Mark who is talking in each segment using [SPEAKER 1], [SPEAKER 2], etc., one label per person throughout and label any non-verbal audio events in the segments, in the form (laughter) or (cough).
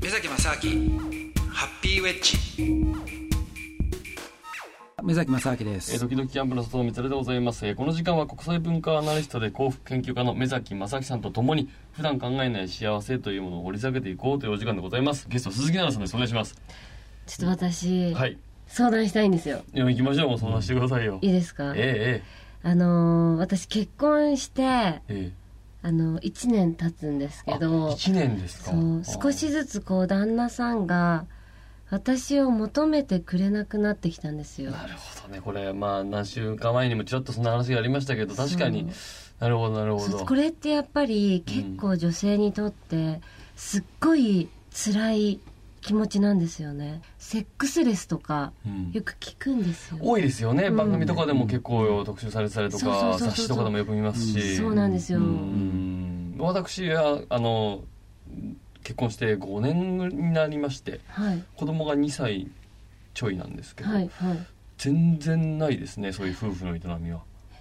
[SPEAKER 1] 目崎正明ハッピーウェッジ目崎正明で
[SPEAKER 2] えー、
[SPEAKER 1] す
[SPEAKER 2] ドキドキキャンプの佐藤光でございます、えーこの時間は国際文化アナリストで幸福研究家の目崎正樹さんとともに普段考えない幸せというものを掘り下げていこうというお時間でございますゲスト鈴木奈々さんですお願いします
[SPEAKER 3] ちょっと私、
[SPEAKER 2] はい
[SPEAKER 3] 相談したいんですよ
[SPEAKER 2] では行きましょうもう相談してくださいよ、
[SPEAKER 3] いいですか
[SPEAKER 2] え
[SPEAKER 3] あのー私結婚してあ
[SPEAKER 2] ええええ
[SPEAKER 3] の1年経つんですけど
[SPEAKER 2] 1年ですか
[SPEAKER 3] そう少しずつこう旦那さんが私を求めてくれなくなってきたんですよ
[SPEAKER 2] なるほどねこれまあ何週間前にもちらっとそんな話がありましたけど確かになるほどなるほ
[SPEAKER 3] そう
[SPEAKER 2] ど
[SPEAKER 3] これってやっぱり結構女性にとってすっごい辛い気持ちなんですよねセックスレスとか
[SPEAKER 2] うん
[SPEAKER 3] よく聞くんですよ、
[SPEAKER 2] 多いですよね、
[SPEAKER 3] うん
[SPEAKER 2] 番組とかでも結構特集されてたりと
[SPEAKER 3] そうそ
[SPEAKER 2] か
[SPEAKER 3] うそうそう
[SPEAKER 2] 雑誌とかでもよく見ますし
[SPEAKER 3] そうなんですよ、
[SPEAKER 2] うん私はあの結婚して5年になりまして
[SPEAKER 3] はい
[SPEAKER 2] 子供が2歳ちょいなんですけど、
[SPEAKER 3] はいはい
[SPEAKER 2] 全然ないですねそういう夫婦の営みは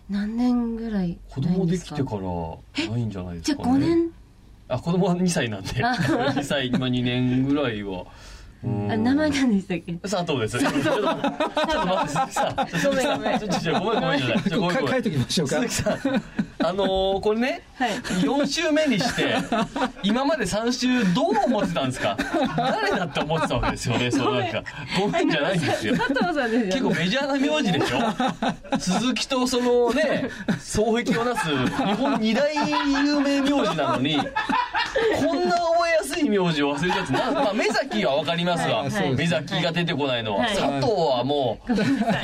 [SPEAKER 3] 何年ぐらい
[SPEAKER 2] 子
[SPEAKER 3] ないん
[SPEAKER 2] 供ですきてからないんじゃないで
[SPEAKER 3] じ
[SPEAKER 2] す
[SPEAKER 3] ゃあ
[SPEAKER 2] か、ね、
[SPEAKER 3] 5年
[SPEAKER 2] あ子供は2歳なんで
[SPEAKER 3] あ
[SPEAKER 2] 2歳今2年ぐらいはうん
[SPEAKER 3] あ名前何でしたっけ
[SPEAKER 2] 佐藤です。ちょっとちょっと待って、鈴木さん。
[SPEAKER 3] ごめんごめん
[SPEAKER 2] ちょちょちょごめんごめんじゃない。ちょごめんご
[SPEAKER 1] 書
[SPEAKER 2] め
[SPEAKER 1] い
[SPEAKER 2] ん。
[SPEAKER 1] ときましょうか
[SPEAKER 2] 鈴木さん、あのーこれね、
[SPEAKER 3] はい
[SPEAKER 2] 4週目にして、今まで3週どう思ってたんですか誰だって思ってたわけですよね、 (laughs) そうなんか。ごめんじゃないんですよ。
[SPEAKER 3] 佐藤さんです
[SPEAKER 2] 結
[SPEAKER 3] よ
[SPEAKER 2] 構メジャーな名字でしょ鈴木とそのね、双璧をなす日本二大有名名字なのに、こんな覚えやすい名字を忘れたやつな、まあ、目先はわかりますわ。
[SPEAKER 3] はいはい
[SPEAKER 2] 目先が出てこないのは。
[SPEAKER 3] はい
[SPEAKER 2] 佐藤はもう、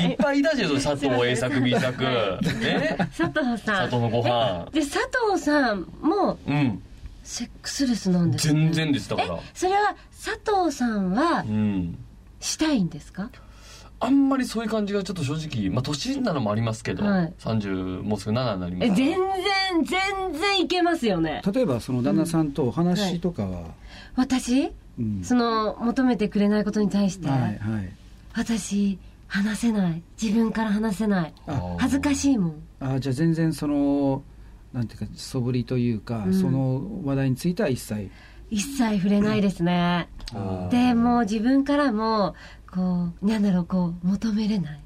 [SPEAKER 2] いっぱいいたじゃん、佐藤 A 作 B 作。ね。
[SPEAKER 3] 佐藤さ
[SPEAKER 2] 佐藤
[SPEAKER 3] ん
[SPEAKER 2] のご飯。
[SPEAKER 3] で佐藤さんも
[SPEAKER 2] うん。
[SPEAKER 3] セックスレスなんですね
[SPEAKER 2] 全然です、だから。
[SPEAKER 3] それは佐藤さんは
[SPEAKER 2] うん。
[SPEAKER 3] したいんですか
[SPEAKER 2] あんまりそういう感じがちょっと正直、まあ年なのもありますけど、
[SPEAKER 3] はい
[SPEAKER 2] 30、もうすぐ7になりま
[SPEAKER 3] え
[SPEAKER 2] すから
[SPEAKER 3] 全然全然いけますよね
[SPEAKER 1] 例えばその旦那さんとお話とかは、
[SPEAKER 3] 私
[SPEAKER 1] うん
[SPEAKER 3] その求めてくれないことに対して、
[SPEAKER 1] はいはい
[SPEAKER 3] 私話せない自分から話せない
[SPEAKER 1] あ
[SPEAKER 3] 恥ずかしいもん
[SPEAKER 1] あじゃあ全然そのなんていうか素振りというか、
[SPEAKER 3] ん
[SPEAKER 1] その話題については一切
[SPEAKER 3] 一切触れないですね
[SPEAKER 2] あー
[SPEAKER 3] でもう自分からもこうなんだろうこう求めれない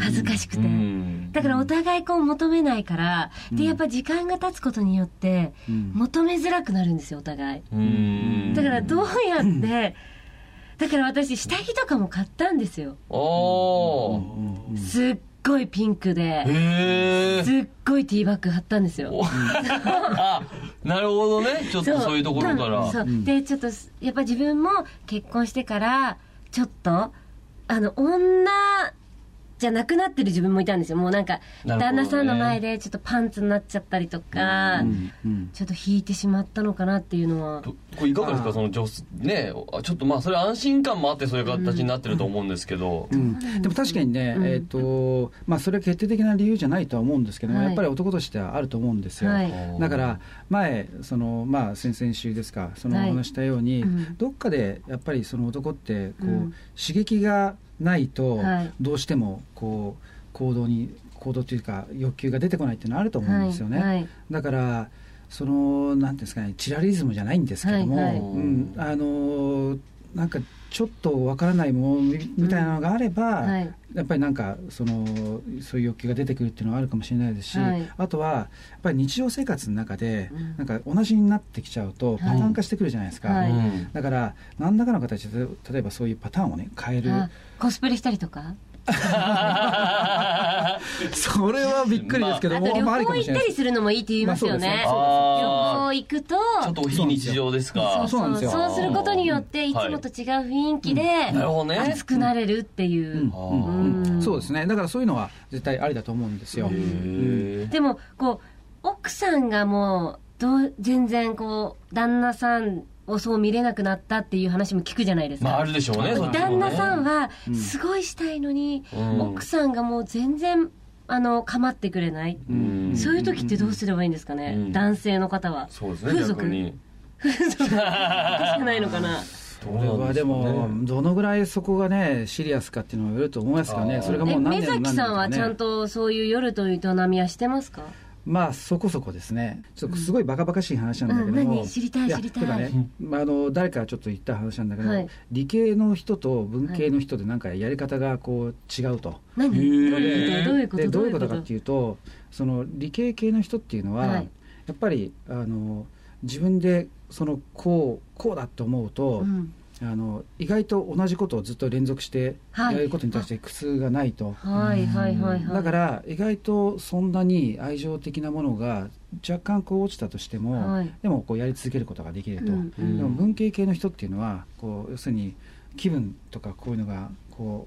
[SPEAKER 3] 恥ずかしくて
[SPEAKER 2] うん
[SPEAKER 3] だからお互いこう求めないから、でやっぱ時間が経つことによって
[SPEAKER 1] うん
[SPEAKER 3] 求めづらくなるんですよお互い
[SPEAKER 2] うん
[SPEAKER 3] だからどうやってだから私下着とかも買ったんですよ
[SPEAKER 2] お
[SPEAKER 3] すっごいピンクで
[SPEAKER 2] ーへ
[SPEAKER 3] す
[SPEAKER 2] ー
[SPEAKER 3] っごいティーバッグ貼ったんですよ
[SPEAKER 2] お (laughs) あなるほどねちょっとそういうところから
[SPEAKER 3] そうでちょっとすやっぱ自分も結婚してからちょっとあの女じゃなくなってる自分もいたんですよもうなんか
[SPEAKER 2] なるほどね
[SPEAKER 3] 旦那さんの前でちょっとパンツになっちゃったりとか、
[SPEAKER 1] うんうん
[SPEAKER 3] ちょっと引いてしまったのかなっていうのは
[SPEAKER 2] とこれいかがです
[SPEAKER 1] あ
[SPEAKER 2] か
[SPEAKER 1] ー
[SPEAKER 2] その女子ねあちょっとまあそれ安心感もあってそういう形になってると思うんですけど
[SPEAKER 1] うんでも確かにね、
[SPEAKER 3] うん
[SPEAKER 1] えっ、とまあそれは決定的な理由じゃないとは思うんですけども、
[SPEAKER 3] はい
[SPEAKER 1] やっぱり男としてはあると思うんですよ、
[SPEAKER 3] はい
[SPEAKER 1] だから前そのまあ先々週ですかそのお
[SPEAKER 3] はい
[SPEAKER 1] 話したように、
[SPEAKER 3] うん
[SPEAKER 1] どっかでやっぱりその男ってこう、
[SPEAKER 3] うん
[SPEAKER 1] 刺激がないと
[SPEAKER 3] はい
[SPEAKER 1] どうしてもこう行動に行動というか欲求が出てこないっていうのはあると思うんですよね、
[SPEAKER 3] はいはい
[SPEAKER 1] だからそのなんていうんですかねチラリズムじゃないんですけども、
[SPEAKER 3] はいはい
[SPEAKER 1] うん、あのーなんかちょっとわからないものみみたいなのがあれば、
[SPEAKER 3] はい
[SPEAKER 1] やっぱりなんかそのそういう欲求が出てくるっていうのはあるかもしれないですし、
[SPEAKER 3] はい
[SPEAKER 1] あとはやっぱり日常生活の中で
[SPEAKER 3] うん
[SPEAKER 1] なんか同じになってきちゃうと
[SPEAKER 3] い
[SPEAKER 1] パターン化してくるじゃないですか、
[SPEAKER 2] (laughs)
[SPEAKER 3] はい
[SPEAKER 2] うん
[SPEAKER 1] だから何らかの形で例えばそういうパターンをね変える
[SPEAKER 3] あコスプレしたりとか
[SPEAKER 1] それはびっくりですけ
[SPEAKER 3] あ
[SPEAKER 1] ど
[SPEAKER 3] と旅
[SPEAKER 1] も、まあ、ありか
[SPEAKER 3] 行
[SPEAKER 1] もし
[SPEAKER 3] 行
[SPEAKER 1] れ
[SPEAKER 3] っ
[SPEAKER 1] な
[SPEAKER 3] た
[SPEAKER 1] い
[SPEAKER 3] り
[SPEAKER 1] です
[SPEAKER 3] るのもいいって言いますよね
[SPEAKER 1] ま
[SPEAKER 2] あ
[SPEAKER 3] 旅行行くと
[SPEAKER 2] ーちょっと非日常です
[SPEAKER 3] そ
[SPEAKER 2] か
[SPEAKER 3] う
[SPEAKER 1] そうなんですよ
[SPEAKER 3] そうすることによっ
[SPEAKER 2] は
[SPEAKER 3] て
[SPEAKER 2] い
[SPEAKER 3] いつもと違う雰囲気で
[SPEAKER 2] なるほどね
[SPEAKER 3] 熱くなれるっていう、
[SPEAKER 1] うん
[SPEAKER 2] あ
[SPEAKER 3] うん
[SPEAKER 2] ー
[SPEAKER 1] そうですねだからそういうのは絶対ありだと思うんですよ、
[SPEAKER 2] へー
[SPEAKER 3] でもこう奥さんがもうどう全然こう旦那さんをそう見れなくなったっていう話も聞くじゃないですか、
[SPEAKER 2] まああるでしょうねそっちもね
[SPEAKER 3] 旦那さんは
[SPEAKER 1] うん
[SPEAKER 3] すごいしたいのに、
[SPEAKER 2] うん
[SPEAKER 3] 奥さんがもう全然あの構ってくれない、
[SPEAKER 2] うん
[SPEAKER 3] そういう時ってどうすればいいんですかね、
[SPEAKER 2] うん
[SPEAKER 3] 男性の方は
[SPEAKER 2] そうですね
[SPEAKER 3] 風俗
[SPEAKER 2] 逆に
[SPEAKER 3] しかないのかな
[SPEAKER 2] どう
[SPEAKER 1] これ
[SPEAKER 2] なん
[SPEAKER 1] は
[SPEAKER 2] す
[SPEAKER 1] で
[SPEAKER 2] かね
[SPEAKER 1] も、どのぐらいそこがね、シリアスかっていうのはよると思いますから
[SPEAKER 2] あ
[SPEAKER 1] ね、
[SPEAKER 2] ー
[SPEAKER 1] それが
[SPEAKER 3] え
[SPEAKER 1] もう何
[SPEAKER 3] 目
[SPEAKER 1] 年も何年
[SPEAKER 3] 崎さん
[SPEAKER 1] も
[SPEAKER 3] は
[SPEAKER 1] ね
[SPEAKER 3] ちゃんとそういう夜という営みはしてますか
[SPEAKER 1] まあそこそこですねちょっとすごいバカバカしい話なんだけど
[SPEAKER 3] うん
[SPEAKER 1] も、
[SPEAKER 3] 何知りたい
[SPEAKER 1] や
[SPEAKER 3] 知りたい
[SPEAKER 1] てかね、まあ、あの誰かちょっと言った話なんだけど、
[SPEAKER 3] はい
[SPEAKER 1] 理系の人と文系の人でなんかやり方がこう違うと、
[SPEAKER 3] 何ど
[SPEAKER 2] へ
[SPEAKER 3] う
[SPEAKER 2] ー
[SPEAKER 3] いうこと
[SPEAKER 1] でど
[SPEAKER 3] どう
[SPEAKER 1] う
[SPEAKER 3] い
[SPEAKER 1] いううこ
[SPEAKER 3] こ
[SPEAKER 1] ととかっていうとその理系系の人っていうのは、
[SPEAKER 3] はい
[SPEAKER 1] やっぱりあの自分でそのこうこうだと思うと、
[SPEAKER 3] うん
[SPEAKER 1] あの意外と同じことをずっと連続して
[SPEAKER 3] は
[SPEAKER 1] や
[SPEAKER 3] い
[SPEAKER 1] ることに対して苦痛がないと、
[SPEAKER 3] はいはいはいはい
[SPEAKER 1] だから意外とそんなに愛情的なものが若干こう落ちたとしても、
[SPEAKER 3] はい
[SPEAKER 1] でもこうやり続けることができると、
[SPEAKER 3] うん
[SPEAKER 2] うん
[SPEAKER 1] でも文系系の人っていうのはこう要するに気分とかこういうのがこ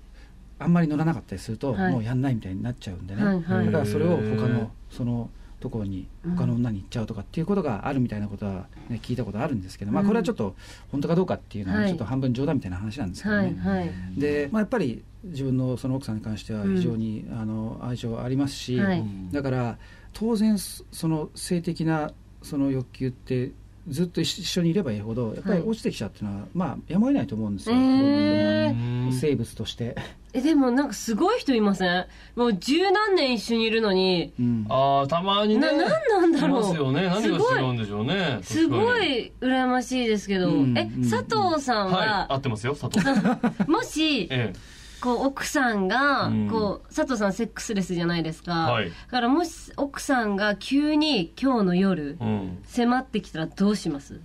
[SPEAKER 1] うあんまり乗らなかったりすると、
[SPEAKER 3] はい
[SPEAKER 1] もうやんないみたいになっちゃうんでね、
[SPEAKER 3] はいはい
[SPEAKER 1] だからそれを
[SPEAKER 2] へ
[SPEAKER 1] 他
[SPEAKER 2] ー
[SPEAKER 1] のそのところに他の女に行っちゃうとかっていうことがあるみたいなことは、ね、聞いたことあるんですけど、まあ、これはちょっと本当かどうかっていうの
[SPEAKER 3] は
[SPEAKER 1] はいちょっと半分冗談みたいな話なんですけどね。
[SPEAKER 3] はいはい
[SPEAKER 1] で、まあ、やっぱり自分のその奥さんに関しては非常に、あの愛情ありますし、
[SPEAKER 3] はい
[SPEAKER 1] だから当然そその性的なその欲求ってずっと一一緒にいればいいほどやっぱり
[SPEAKER 3] はい
[SPEAKER 1] 落ちてきちゃうっていうのは、まあやむを得ないと思うんですよ、
[SPEAKER 3] えー
[SPEAKER 1] 生物として、
[SPEAKER 3] えでもなんかすごい人いませんもう十何年一緒にいるのに
[SPEAKER 1] うん
[SPEAKER 2] ああたまにね
[SPEAKER 3] ななんなんだろう
[SPEAKER 2] いますよね何
[SPEAKER 3] すご
[SPEAKER 2] が
[SPEAKER 3] い
[SPEAKER 2] 違うんでしょうね確かに
[SPEAKER 3] すごい羨ましいですけど、
[SPEAKER 1] うん
[SPEAKER 3] え
[SPEAKER 1] うん
[SPEAKER 3] 佐藤さん
[SPEAKER 2] は
[SPEAKER 3] は、
[SPEAKER 2] い合ってますよ佐藤さん
[SPEAKER 3] も
[SPEAKER 2] (laughs)
[SPEAKER 3] し
[SPEAKER 2] ええ
[SPEAKER 3] こう奥さんが
[SPEAKER 2] うん
[SPEAKER 3] こう、佐藤さんセックスレスじゃないですか、
[SPEAKER 2] はい
[SPEAKER 3] だからもし奥さんが急に今日の夜
[SPEAKER 2] うん
[SPEAKER 3] 迫ってきたらどうします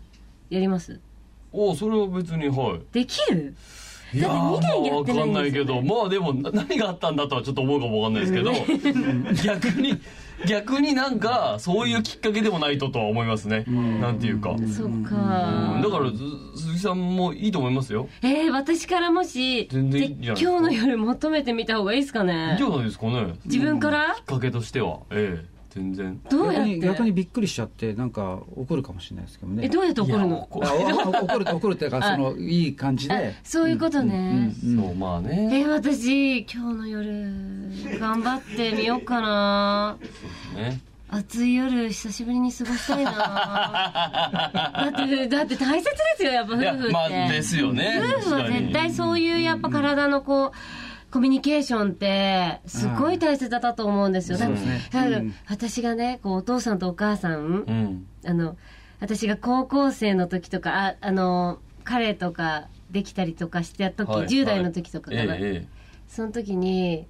[SPEAKER 3] やります
[SPEAKER 2] おそれは別にはい
[SPEAKER 3] できる
[SPEAKER 2] いや
[SPEAKER 3] だって
[SPEAKER 2] ー
[SPEAKER 3] 二年やって
[SPEAKER 2] まあわかん
[SPEAKER 3] な
[SPEAKER 2] ない
[SPEAKER 3] ん
[SPEAKER 2] い
[SPEAKER 3] ですよ
[SPEAKER 2] け
[SPEAKER 3] ね
[SPEAKER 2] どまあでもな何があったんだとはちょっと思うかもわかんないですけど
[SPEAKER 3] (laughs)
[SPEAKER 2] 逆に逆になんかそういうきっかけでもないととは思いますねなんていうかうんだ
[SPEAKER 3] そっ
[SPEAKER 1] うん
[SPEAKER 3] か、
[SPEAKER 2] からず鈴木さんもいいと思いますよ
[SPEAKER 3] えー、私からもし
[SPEAKER 2] 全然いいん
[SPEAKER 3] で
[SPEAKER 2] じゃ
[SPEAKER 3] 今
[SPEAKER 2] ない
[SPEAKER 3] 日
[SPEAKER 2] ですか
[SPEAKER 3] の夜求めてみた方がいいですか
[SPEAKER 2] いいん
[SPEAKER 3] ね
[SPEAKER 2] じゃないですかねき
[SPEAKER 3] 自分から
[SPEAKER 2] っかけとしてはええ全然
[SPEAKER 3] どう
[SPEAKER 1] 逆
[SPEAKER 3] やって
[SPEAKER 1] に逆にびっくりしちゃってなんか怒るかもしれないですけどね
[SPEAKER 3] えどうやって怒る
[SPEAKER 2] いや
[SPEAKER 3] の
[SPEAKER 2] こ
[SPEAKER 1] あおお怒る怒るっていうか
[SPEAKER 3] あ
[SPEAKER 1] そのいい感じ
[SPEAKER 3] あ
[SPEAKER 1] で
[SPEAKER 3] そういうことね、
[SPEAKER 1] うん
[SPEAKER 2] そうまあね
[SPEAKER 3] えー、私今日の夜頑張ってみようかな
[SPEAKER 2] ね
[SPEAKER 3] 暑い夜久しぶりに過ごしたいなだってだって大切ですよやっぱ夫
[SPEAKER 2] い
[SPEAKER 3] 婦
[SPEAKER 2] や
[SPEAKER 3] って、
[SPEAKER 2] まあですよね
[SPEAKER 3] 夫婦は絶対そういうやっぱ体のこう、コミュニケーションってすごい大切だったと思うんですよ。だ
[SPEAKER 1] そう
[SPEAKER 3] から
[SPEAKER 1] ですね
[SPEAKER 3] だから
[SPEAKER 1] うん
[SPEAKER 3] 私がね、こうお父さんとお母さん、
[SPEAKER 2] うん
[SPEAKER 3] あの私が高校生の時とかああの彼とかできたりとかした時、
[SPEAKER 2] はい
[SPEAKER 3] 10代の時とかかな、
[SPEAKER 2] はいえええ
[SPEAKER 3] その時に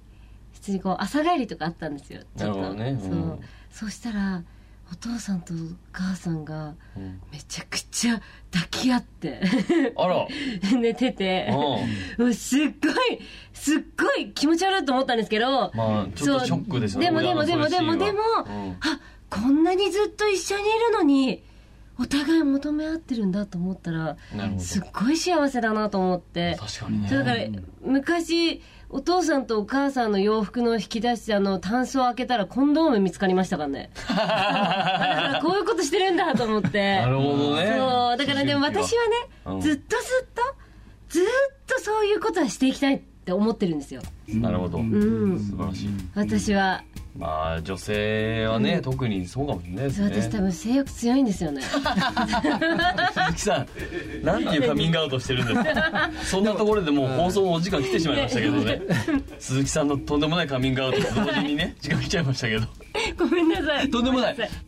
[SPEAKER 3] 普通にこう朝帰りとかあったんですよちょっと
[SPEAKER 2] なるほどね
[SPEAKER 3] そううんそうしたらお父さんとお母さんが
[SPEAKER 2] えうん
[SPEAKER 3] めちゃくちゃ抱き合って (laughs)
[SPEAKER 2] あら
[SPEAKER 3] 寝てて
[SPEAKER 2] う
[SPEAKER 3] (laughs) もうすっごいすっごい気持ち悪いと思ったんですけど、
[SPEAKER 2] まあちょっとショックですよね
[SPEAKER 3] そうでもでもでもでもで
[SPEAKER 2] 親
[SPEAKER 3] も
[SPEAKER 2] のそういうシーンはうん
[SPEAKER 3] あこんなにずっと一緒にいるのにお互い求め合ってるんだと思ったら
[SPEAKER 2] なるほど
[SPEAKER 3] すっごい幸せだなと思って
[SPEAKER 2] 確かにね
[SPEAKER 3] そうだから昔お父さんとお母さんの洋服の引き出しあのタンスを開けたらコンドーム見つかりましたからねだからこういうことしてるんだと思って
[SPEAKER 2] (laughs) なるほどね
[SPEAKER 3] そうだからでも私はね、
[SPEAKER 2] うん
[SPEAKER 3] ずっとずっとずっとそういうことはしていきたいって思ってるんですよ
[SPEAKER 2] なるほど、
[SPEAKER 3] ん
[SPEAKER 2] 素晴らしい
[SPEAKER 3] 私は、
[SPEAKER 2] まあ女性はね、特にそうかもしれないです
[SPEAKER 3] そう
[SPEAKER 2] ね
[SPEAKER 3] 私多分性欲強いんで
[SPEAKER 2] (laughs)
[SPEAKER 3] すよね
[SPEAKER 2] 鈴木さんなんていうカミングアウトしてるんですかそんなところでもう放送のお時間来てしまいましたけどね鈴木さんのとんでもないカミングアウトと同時にね時間来ちゃいましたけど
[SPEAKER 3] ごめんなさい
[SPEAKER 2] とんでもない
[SPEAKER 3] ごめんさ